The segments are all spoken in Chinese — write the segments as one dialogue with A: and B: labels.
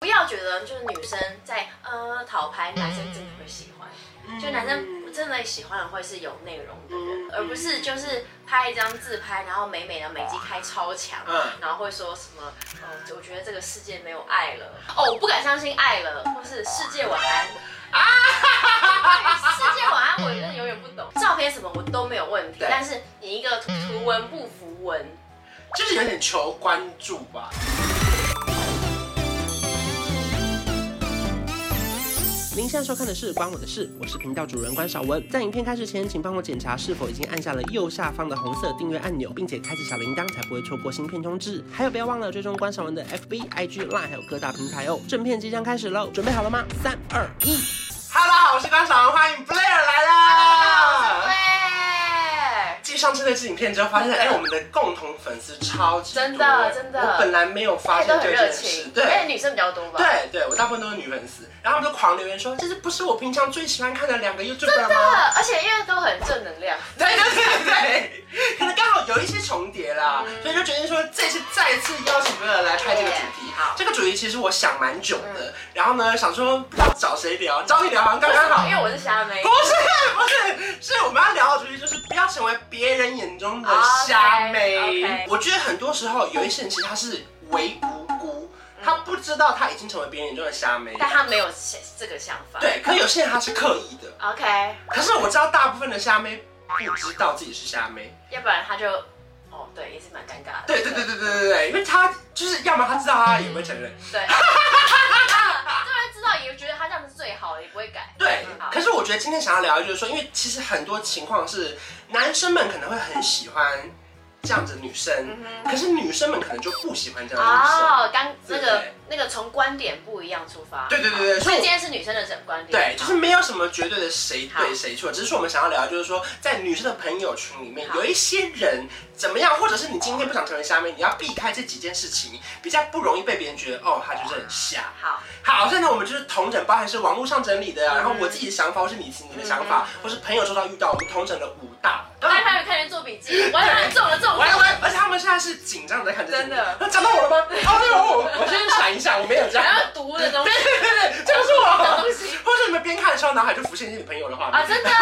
A: 不要觉得就是女生在呃讨牌，男生真的会喜欢。就男生真的喜欢的会是有内容的人，
B: 嗯
A: 而不是就是拍一张自拍，然后美美的美肌开超强，
B: 嗯
A: 然后会说什么，呃，我觉得这个世界没有爱了，哦，我不敢相信爱了，或是世界晚 安。啊！世界晚安，我真的永远不懂。照片什么我都没有问题，
B: 对嗯
A: 但是你一个图图文不符文，
B: 就是有点求关注吧。您现在收看的是《关我的事》，我是频道主人关少文。在影片开始前，请帮我检查是否已经按下了右下方的红色订阅按钮，并且开启小铃铛，才不会错过新片通知。还有，不要忘了追踪关少文的 FB、IG、Line，还有各大平台哦。正片即将开始喽，准备好了吗？三、二、一，Hello，我是关少文，欢迎 Blair 来啦！
A: 对，
B: 继上次那支影片之后，发现哎、我们的共同粉丝超级多
A: 真的真的
B: 我本来没有发
A: 大家
B: 现
A: 都
B: 这
A: 很热
B: 件事
A: 情，，而且
B: 对。
A: 女生比较多吧？
B: 对对，我大部分都是女粉丝，然后他们就狂留言说，这是不是我平常最喜欢看的两个 YouTuber 吗？
A: 呃，而且因为都很正能量。
B: 对对对对，可能刚好有一些重叠啦，
A: 嗯
B: 所以就决定说这次再次邀请薇儿来拍这个主题。
A: 好
B: 这个主题其实我想蛮久的，然后呢想说不知道找谁聊，找你聊好像刚刚好哦
A: 因。为我是虾妹
B: 不。是不是，是我们要聊的主题就是不要成为别人眼中的虾妹。
A: OK，OK
B: 我觉得很多时候有一些人其实他是为无辜，
A: 嗯
B: 他不知道他已经成为别人眼中的虾妹。
A: 但他没有想这个想法。
B: 对，可有些人他是刻意的。
A: ，OK，
B: 可是我知道大部分的虾妹不知道自己是虾妹。
A: 要不然他就，哦，对，也是蛮尴尬的。
B: 对对对对对对对，因为他就是要么他知道他也不会承认。
A: 对。 当然知道，也觉得他这样是最好的，也不会改。
B: 对
A: 嗯，好
B: 可是我觉得今天想要聊的就是说，因为其实很多情况是男生们可能会很喜欢这样子的女生，可是女生们可能就不喜欢这样的女生。
A: 嗯哦，刚那
B: 对
A: 个
B: 对
A: 那个从观点不一样出发。
B: 对对对对
A: 好所
B: 所以
A: 以
B: 我
A: 今天是女生的整观点。
B: 对，就是没有什么绝对的谁对谁错，只是说我们想要聊，就是说在女生的朋友群里面，
A: 好
B: 有一些人怎么样，或者是你今天不想成为虾妹，你要避开这几件事情，比较不容易被别人觉得哦，她就是很瞎。
A: 好。
B: 好，所以呢，我们就是同整，包含是网络上整理的，啊然后我自己的想法，或是你你的想法，或是朋友周遭遇到，我们同整了五大。
A: 我嗯还看人看人做笔记，我还看人中了中 了。中
B: 完了
A: 了
B: 完了，而且他们现在是紧张的在看这些
A: 哎真的
B: 那讲到 我了吗？哦，对，我我先闪一下，我没有这样
A: 还。要读的东 西
B: 对对对对，就是我。
A: 东西
B: 或者你们边看的时候，脑海就浮现一些你朋友的画面。
A: 啊，真的啊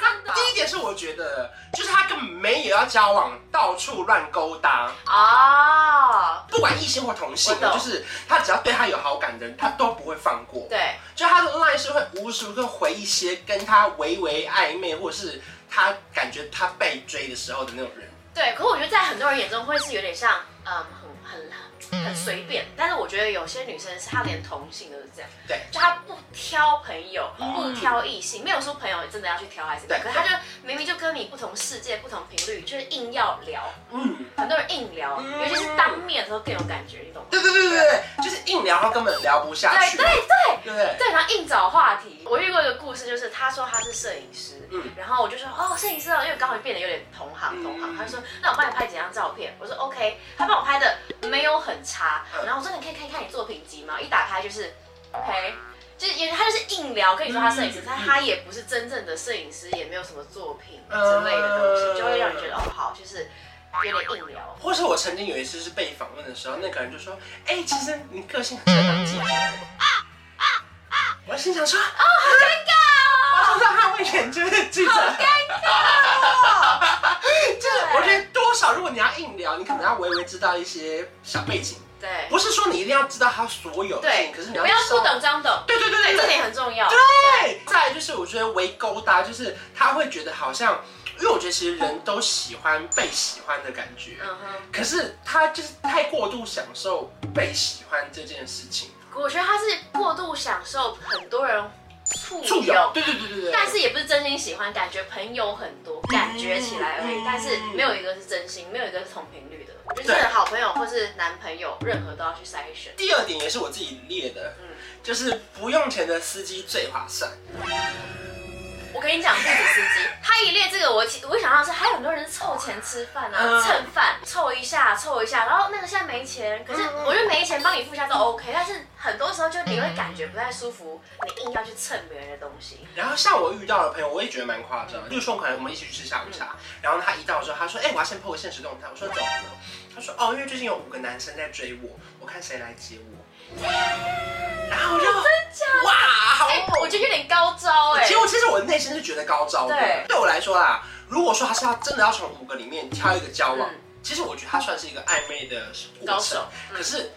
A: 真的。
B: 第一点是我觉得，就是他根本没有要交往，到处乱勾搭，
A: 哦，
B: 不管异性或同性
A: 我，懂
B: 就是他只要对他有好感的人，他都不会放过。
A: 对，
B: 就他的 line 是会无时无刻回一些跟他微微暧昧，或是他感觉他被追的时候的那种人。
A: 对，可我觉得在很多人眼中会是有点像，嗯，很很
B: 嗯
A: 很随便。但是我觉得有些女生是她连同性都是这样，
B: 对，
A: 就她不挑朋友，不挑异性，没有说朋友真的要去挑还是怎么样，可
B: 嗯对
A: 是她就明明就跟你不同世界、不同频率，就是硬要聊。
B: 嗯，
A: 很多人硬聊，
B: 嗯
A: 尤其是当面的时候更有感觉，你懂吗？
B: 对对对对对，就是硬聊，他根本聊不下
A: 对
B: 去，
A: 对对
B: 对不对？
A: 对，然后硬找话题。我遇过一个故事，就是她说她是摄影师，
B: 嗯
A: 然后我就说哦，摄影师哦，因为刚好变得有点同行同行。
B: 嗯
A: 他就说那我帮你拍几张照片，我说 OK。他帮我拍的没有很差，然后我说你可以看一看你作品集吗？一打开就是 OK。就是也，他就是硬聊，跟你说他摄影师，
B: 嗯
A: 但他也不是真正的摄影师，也没有什么作品
B: 嗯
A: 之类的东西，就会让你觉得哦，好，就是有点硬聊。
B: 或是我曾经有一次是被访问的时候，那个人就说：“哎、其实你个性很适合当记者。”我心想
A: 哦
B: 说：“啊，好尴尬、哦！”我想让他为人就是记者，好尴尬、
A: 哦
B: 就是我觉得多少，如果你要硬聊，你可能要微微知道一些小背景，
A: 对，
B: 不是说你一定要知道他所有的事情，
A: 对
B: 可是，你
A: 不
B: 要
A: 要
B: 知
A: 不
B: 道
A: 懂装懂，
B: 对对对
A: 对，
B: 对
A: 这
B: 对
A: 点很重要。
B: 对，再来就是我觉得为勾搭，就是他会觉得好像，因为我觉得其实人都喜欢被喜欢的感觉，
A: 嗯哼，
B: 可是他就是太过度享受被喜欢这件事情，
A: 我觉得他是过度享受很多人簇
B: 触
A: 拥
B: 友，对对对对对，
A: 嗯但是也不是真心喜欢，感觉朋友很多，感觉起来而已，
B: 嗯
A: 但是没有一个是真心，没有一个是同频率的。我觉得真的好朋友或是男朋友，任何都要去筛选。
B: 第二点也是我自己列的，
A: 嗯
B: 就是不用钱的司机最划算，
A: 我跟你讲，不止司机，他一列这个，我其我想到是还有很多人是凑钱吃饭啊，
B: 嗯
A: 蹭饭，凑一下凑一下，然后那个现在没钱，可是
B: 嗯嗯
A: 我觉得没钱帮你付一下都 OK，但是很多时候就你会感觉不太舒服，你硬要去蹭别人的东西。
B: 然后像我遇到的朋友，我也觉得蛮夸张的。例如说，可能我们一起去吃下午茶，
A: 嗯
B: 然后他一到的时候，他说：“哎、我要先 po 个现实动态。”我说：“怎
A: 啊
B: 么了？”他说：“哦，因为最近有五个男生在追我，我看谁来接我。”
A: 哎
B: 其实我其实我内心是觉得高招的。
A: 对
B: 对我来说啦，如果说他是要真的要从五个里面挑一个交往，
A: 嗯
B: 其实我觉得他算是一个暧昧的过程
A: 高手嗯
B: 可是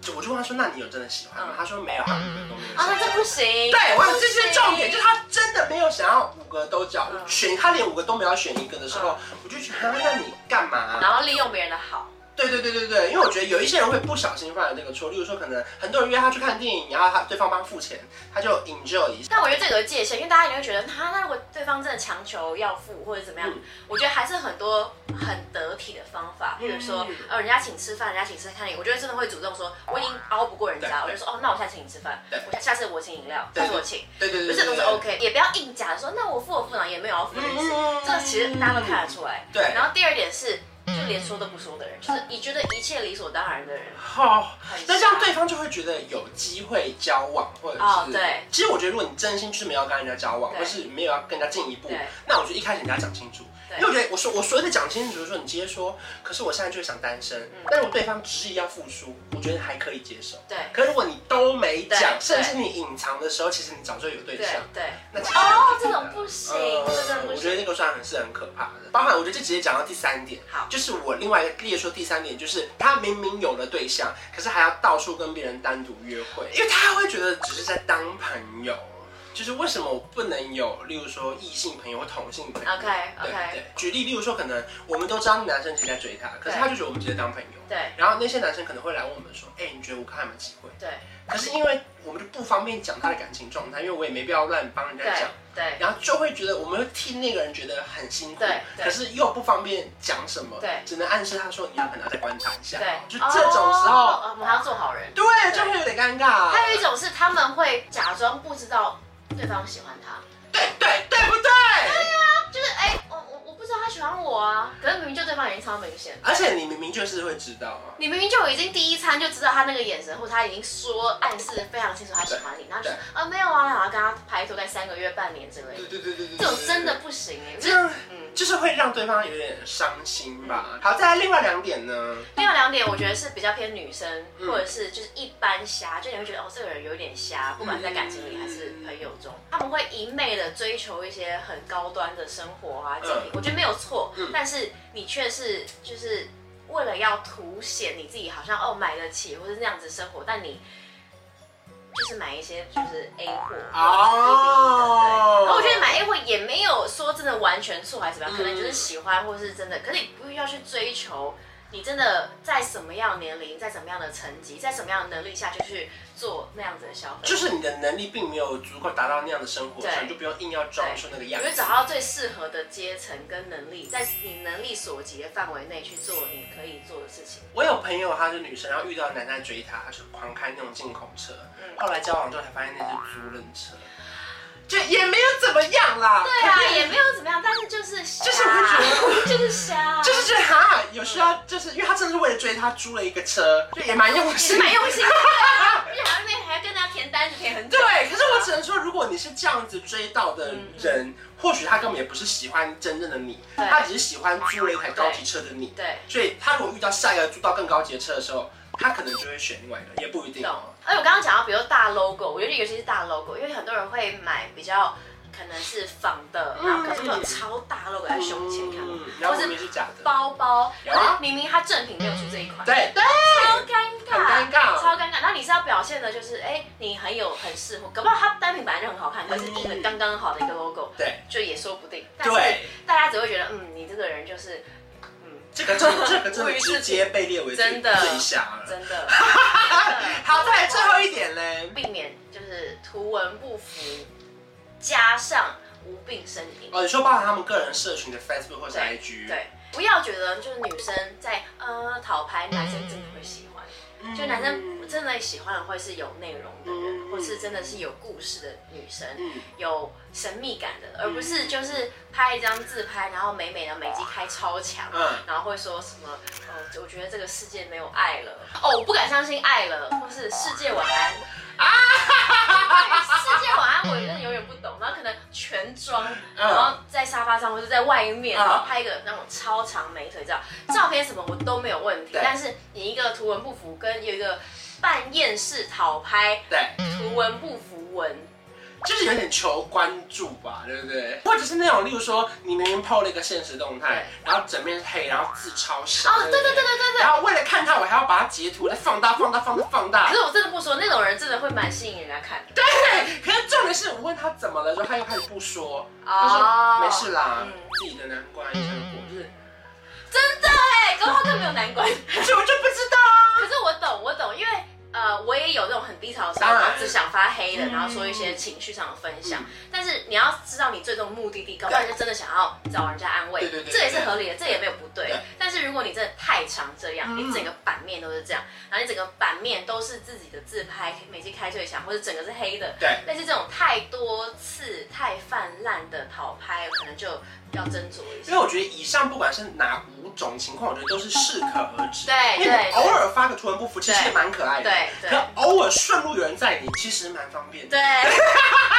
B: 就我就问他说：“那你有真的喜欢吗？”
A: 嗯
B: 他说：“没有，他五个都没有。
A: 啊，那这不行。
B: 对，我有
A: 不
B: 这
A: 行
B: 是重点，就是他真的没有想要五个都交，
A: 嗯
B: 选他连五个都没有选一个的时候，我就觉得啊那你干嘛、
A: 然后利用别人的好，
B: 对对对对对，因为我觉得有一些人会不小心犯了这个错，例如说可能很多人约他去看电影，然后他对方帮付钱，他就 enjoy 一下。
A: 但我觉得这个界限，因为大家也会觉得，他那如果对方真的强求要付或者怎么样，
B: 嗯
A: 我觉得还是很多很得体的方法，比如说
B: 嗯，
A: 呃，人家请吃饭，人家请吃饭看电影，我觉得真的会主动说，我已经熬不过人家，我
B: 对
A: 就说，哦，那我下次请你吃饭
B: 对，
A: 我下次我请饮料，
B: 对
A: 下次我请，
B: 对对
A: 就
B: 对
A: 这
B: 对
A: 都
B: 对
A: 是 OK，也不要硬夹说，那我付我付呢，也没有要付的意思，
B: 嗯
A: 这其实大家都看得出来。
B: 对
A: 然后第二点是，就连说都不说的人，就是你觉得一切理所当然的人，
B: 好，
A: 很
B: 那这样
A: 瞎
B: 对方就会觉得有机会交往，或者是、
A: 哦对。
B: 其实我觉得，如果你真心就是没有跟人家交往，
A: 对
B: 或是没有要跟人家进一步
A: 对，
B: 那我觉得一开始你跟他讲清楚。
A: 对
B: 因为我觉得我说我所谓的讲清楚，就是说你直接说，可是我现在就是想单身。
A: 嗯
B: 但如果对方执意要付出，我觉得还可以接受。
A: 对
B: 可是如果你都没讲，
A: 对
B: 甚至你隐藏的时候，其实你早就有对
A: 对
B: 象。
A: 对。
B: 那其实
A: 哦
B: 我，觉
A: 这
B: 得
A: 种不行，
B: 呃
A: 这真的不
B: 我觉得
A: 行。
B: 那个算很是很可怕的。包含我觉得就直接讲到第三点，
A: 好
B: 就是我另外一个列说第三点，就是他明明有了对象，可是还要到处跟别人单独约会，因为他会觉得只是在当朋友。就是为什么我不能有，例如说异性朋友或同性朋友
A: OK
B: 对
A: OK，
B: 对。举例，例如说，可能我们都知道男生直接在追她，可是
A: 对
B: 他就觉得我们直接当朋友。
A: 对
B: 然后那些男生可能会来问我们说，哎、你觉得我看有没有机会？
A: 对
B: 可是因为我们就不方便讲他的感情状态，因为我也没必要乱帮人家
A: 对
B: 讲。
A: 对
B: 然后就会觉得我们会替那个人觉得很辛苦
A: 对，对
B: 可是又不方便讲什么，
A: 对
B: 只能暗示他说你要可能要再观察一下，
A: 对，
B: 就这种时候，
A: 哦我们还要做好人。
B: 对，就会有点尴尬。
A: 还有一种是他们会假装不知道对方喜欢他，
B: 对对对不对？
A: 就是哎，我我我不知道他喜欢我啊，可是明明就对方已经超明显了。
B: 而且你明明就是会知道啊，
A: 你明明就已经第一餐就知道他那个眼神，或他已经说暗示得非常清楚他喜欢你，然后就说啊没有啊，然后跟他拍拖在三个月、半年之类
B: 对
A: 的，
B: 对对对对，
A: 这种真的
B: 对。
A: 不行哎、
B: 这
A: 就是
B: 样
A: 嗯，
B: 就是会让对方有点伤心吧。好，再来另外两点呢，
A: 另外两点我觉得是比较偏女生，
B: 嗯
A: 或者是就是一般瞎，就你会觉得哦这个人有点瞎，不管在感情里
B: 嗯
A: 还是朋友中，他们会一昧的追求一些很高端的生活啊精品，我觉得没有错
B: 嗯，
A: 但是你却是就是为了要凸显你自己好像哦买得起或是那样子生活，但你就是买一些就是 A 货
B: 哦
A: 然后我觉得买 A 货也没有说真的完全错还是怎么样，可能
B: 嗯
A: 就是喜欢或是真的，可是你不需要去追求。你真的在什么样的年龄，在什么样的层级，在什么样的能力下就去做那样子的消费？
B: 就是你的能力并没有足够达到那样的生活，
A: 对
B: 所以就不用硬要装出那个
A: 你
B: 样
A: 会
B: 子
A: 找。到最适合的阶层跟能力，在你能力所及的范围内去做你可以做的事情。
B: 我有朋友，她是女生，然后遇到男生在追她，她就狂开那种进口车，
A: 嗯
B: 后来交往之后才发现那是租赁车，就也没有怎么样啦。
A: 对啊
B: 可，是
A: 也没有怎么样，但是就是瞎，
B: 就是会觉
A: 得就是瞎，
B: 就是觉得哈，有需要，就是因为她真的是为了追他租了一个车，就也蛮用
A: 也
B: 心
A: 是。蛮用心的，而且还那边还要跟他填单子填很久。
B: 对，可是我只能说，如果你是这样子追到的人，或许他根本也不是喜欢真正的你，
A: 嗯对
B: 他只是喜欢租了一台高级车的你。
A: 对，
B: 所以他如果遇到下一个租到更高级的车的时候，他可能就会选另外一个，也不一定
A: 懂
B: 哦。。
A: 而且我刚刚讲到，比如大 logo，我觉得尤其是大 logo，因为很多人会买比较可能是仿的，然后可是会有超大 logo 在胸前看到，
B: 嗯然后
A: 或
B: 明
A: 是
B: 明是假的。
A: 包包，
B: 有啊
A: 然后明明它正品没有出这一款，
B: 对对，
A: 超尴尬，
B: 很尴尬
A: 超尴尬。那你是要表现的，就是哎、你很有很适合，搞不好它单品本来就很好看，可是印的刚刚好的一个 logo，
B: 对
A: 就也说不定。但是
B: 对，
A: 大家只会觉得，嗯，你这个人就是，嗯，
B: 这个真的这个真的直接被列为最
A: 真的
B: 最瞎了。
A: 真 嗯的。
B: 好，再来最后一点嘞，
A: 避免就是图文不符，加上无病呻吟。
B: 哦，你说包含他们个人社群的 Facebook 或是
A: 对
B: IG，，
A: 对，不要觉得就是女生在呃讨牌，男生真的会喜欢，
B: 嗯
A: 就男生真的喜欢的会是有内容的人，
B: 嗯
A: 或是真的是有故事的女生。
B: 嗯，
A: 有神秘感的，而不是就是拍一张自拍，然后美美的美肌开超强，
B: 嗯
A: 然后会说什么，哦，我觉得这个世界没有爱了，哦，我不敢相信爱了，或是世界晚安啊，世界晚安，我真的永远不懂，然后可能全妆，然后在沙发上或者在外面，
B: 嗯
A: 然后拍一个那种超长美腿照，照片什么我都没有问题
B: 对，
A: 但是你一个图文不符，跟有一个半厌世讨拍，
B: 对，
A: 图文不符文。
B: 就是有点求关注吧，对不对？或者是那种，例如说，你明明 PO 了一个现实动态，然后整面是黑，然后字超小，
A: 哦，对对对对对对。
B: 然后为了看它，我还要把它截图再哎放大、放大、放大、放大
A: 可。是我真的不说，那种人真的会蛮吸引人家看的。
B: 对， 可是重点是我问他怎么了之后，他又开始不说，他
A: 哦
B: 说没事啦
A: 嗯，
B: 自己的难关也想过，就是
A: 真的哎，跟他更没有难关。
B: 可是我就不知道啊。
A: 可是我懂，我懂，因为呃，我也有这种很低潮的时候，
B: 当然
A: 然后只想发黑的，
B: 嗯
A: 然后说一些情绪上的分享。但是你要知道你最终目的地，搞不好人家真的想要找人家安慰，
B: 对对对对
A: 这也是合理的，这也没有不对
B: 对。
A: 但是如果你真的太常这样，
B: 嗯
A: 你整个版面都是这样，然后你整个版面都是自己的自拍，每次开最强，或者整个是黑的。
B: 对，
A: 类似这种太多次、太泛滥的讨拍，可能就要斟酌一
B: 因为
A: 下。
B: 我觉得以上不管是哪五种情况，我觉得都是适可而止。
A: 对
B: 因为
A: 对
B: 你偶尔发个图文不符，其实也蛮可爱的。
A: 对 对
B: 可偶尔顺路有人载你，其实蛮方便的。
A: 对， 还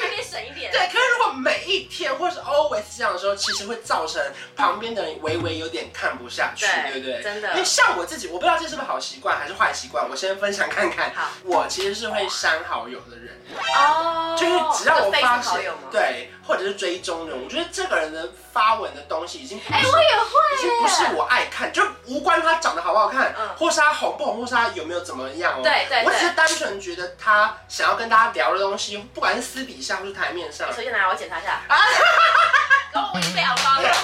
A: 可以省一点。啊
B: 对，可是如果每一天或是 always 这样的时候，其实会造成旁边的人微微有点看不下去，
A: 对
B: 对不对？
A: 真的
B: 因为像我自己，我不知道这是不是好习惯还是坏习惯，我先分享看看。
A: 好
B: 我其实是会删好友的人，
A: 哦，
B: 就是只要我发
A: 有 Facebook 好友
B: 现
A: 吗？
B: 对，或者是追踪人，我觉得这个人的发文的东西已经不
A: 哎、
B: 是
A: 我也
B: 已
A: 会
B: 经
A: 耶。
B: 不是我爱看，就无关他长得好不好看，
A: 嗯
B: 或是他红不红，或是他有没有怎么样哦。
A: 对对对
B: 我只是单纯觉得他想要跟大家聊的东西，不管是私底下或是台面上
A: 你，手机拿来，我检查一下。
B: 啊
A: 然后我已经被熬包 了，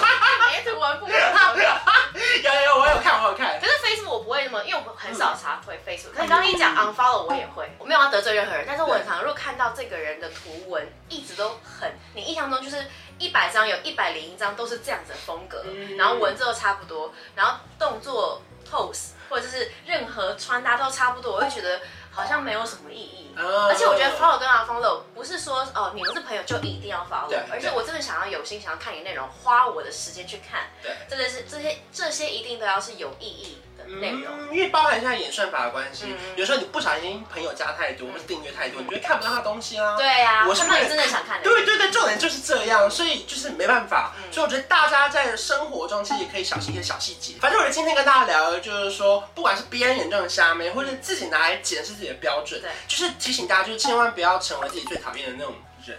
A: 没图文不符。
B: 有有我有看我有看
A: 可，是 Facebook 我不会那么，因为我很少查会 Facebook。可是你刚刚一讲
B: 嗯
A: unfollow 我也会，我没有要得罪任何人，但是我很常如果看到这个人的图文一直都很，你印象中就是一百张有一百零一张都是这样子的风格，
B: 嗯
A: 然后文字都差不多，然后动作 pose 或者是任何穿搭都差不多，我会觉得好像没有什么意义。
B: 嗯
A: 而且我觉得 follow 跟 unfollow 不是说哦你们是朋友就一定要 follow，
B: 对
A: 而且我真的想要有心想要看你内容，花我的时间去看，
B: 对
A: 真的是这些这些一定都要是有意义的内容。
B: 嗯，因为包含像演算法的关系，
A: 嗯
B: 有时候你不小心朋友加太多，或是订阅太多，你就会看不到他的东西啦。
A: 对呀、
B: 我是
A: 看到
B: 为
A: 你真的想看的，
B: 对对对，重点就是这样，所以就是没办法，
A: 嗯
B: 所以我觉得大家在生活中其实也可以小心一些小细节。反正我觉得今天跟大家聊的就是说，不管是别人眼中的虾妹，或者是自己拿来检视自己的标准，
A: 对
B: 就是提醒大家，就是千万不要成为自己最讨厌的那种人。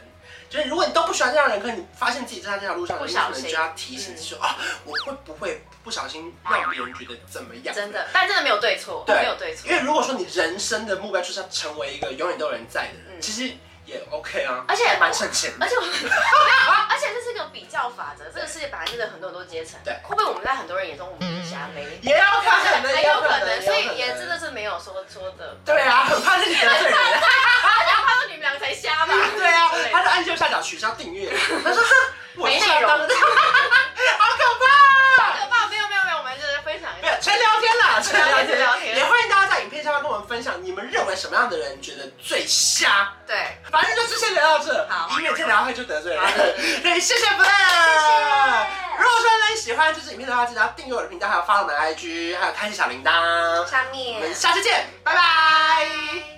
B: 就是如果你都不喜欢这样的人，可是你发现自己在这条路上，
A: 不
B: 你
A: 小
B: 可
A: 心
B: 能就要提醒自己说，啊，我会不会不小心让别人觉得怎么样？
A: 真的，但真的没有对错，
B: 对
A: 没有对错
B: 因。为如果说你人生的目标就是要成为一个永远都有人在的人，
A: 嗯
B: 其实也 OK 啊，
A: 而且
B: 蛮省钱的。
A: 而且我，而且这是一个比较法则，这个世界本来就是有很多很多阶层，
B: 对
A: 会不会我们在很多人眼中我们是 瞎妹？
B: 也要可能，
A: 很
B: 也有
A: 有
B: 可
A: 可
B: 能，
A: 能，所以也真
B: 真
A: 的
B: 的
A: 是没有说说的。
B: 对啊，很怕自己得 罪人。
A: 他想他说你们两个才瞎吧？
B: 对啊
A: 之类，的
B: 他就按右下角取消订 阅，他说哼我
A: 没内
B: 下
A: 容
B: 当的， 好可怕。
A: 可怕，没有没有没有，我们就是分享一
B: 没有
A: 下。
B: 纯聊 天啦，纯聊天，
A: 纯聊天
B: 也欢迎大家在影片下方跟我们分享，你们认为什么样的人觉得最瞎？
A: 对，
B: 反正就是先聊到这，
A: 好
B: 以免再聊下去就得罪人
A: 好。
B: 对，谢谢 b l a
A: 谢
B: 如果说你喜欢这支影片的话，记得要订阅我的频道，还有发我们的 IG，还有开启小铃铛。
A: 下
B: 我
A: 面
B: 们下次见，拜拜。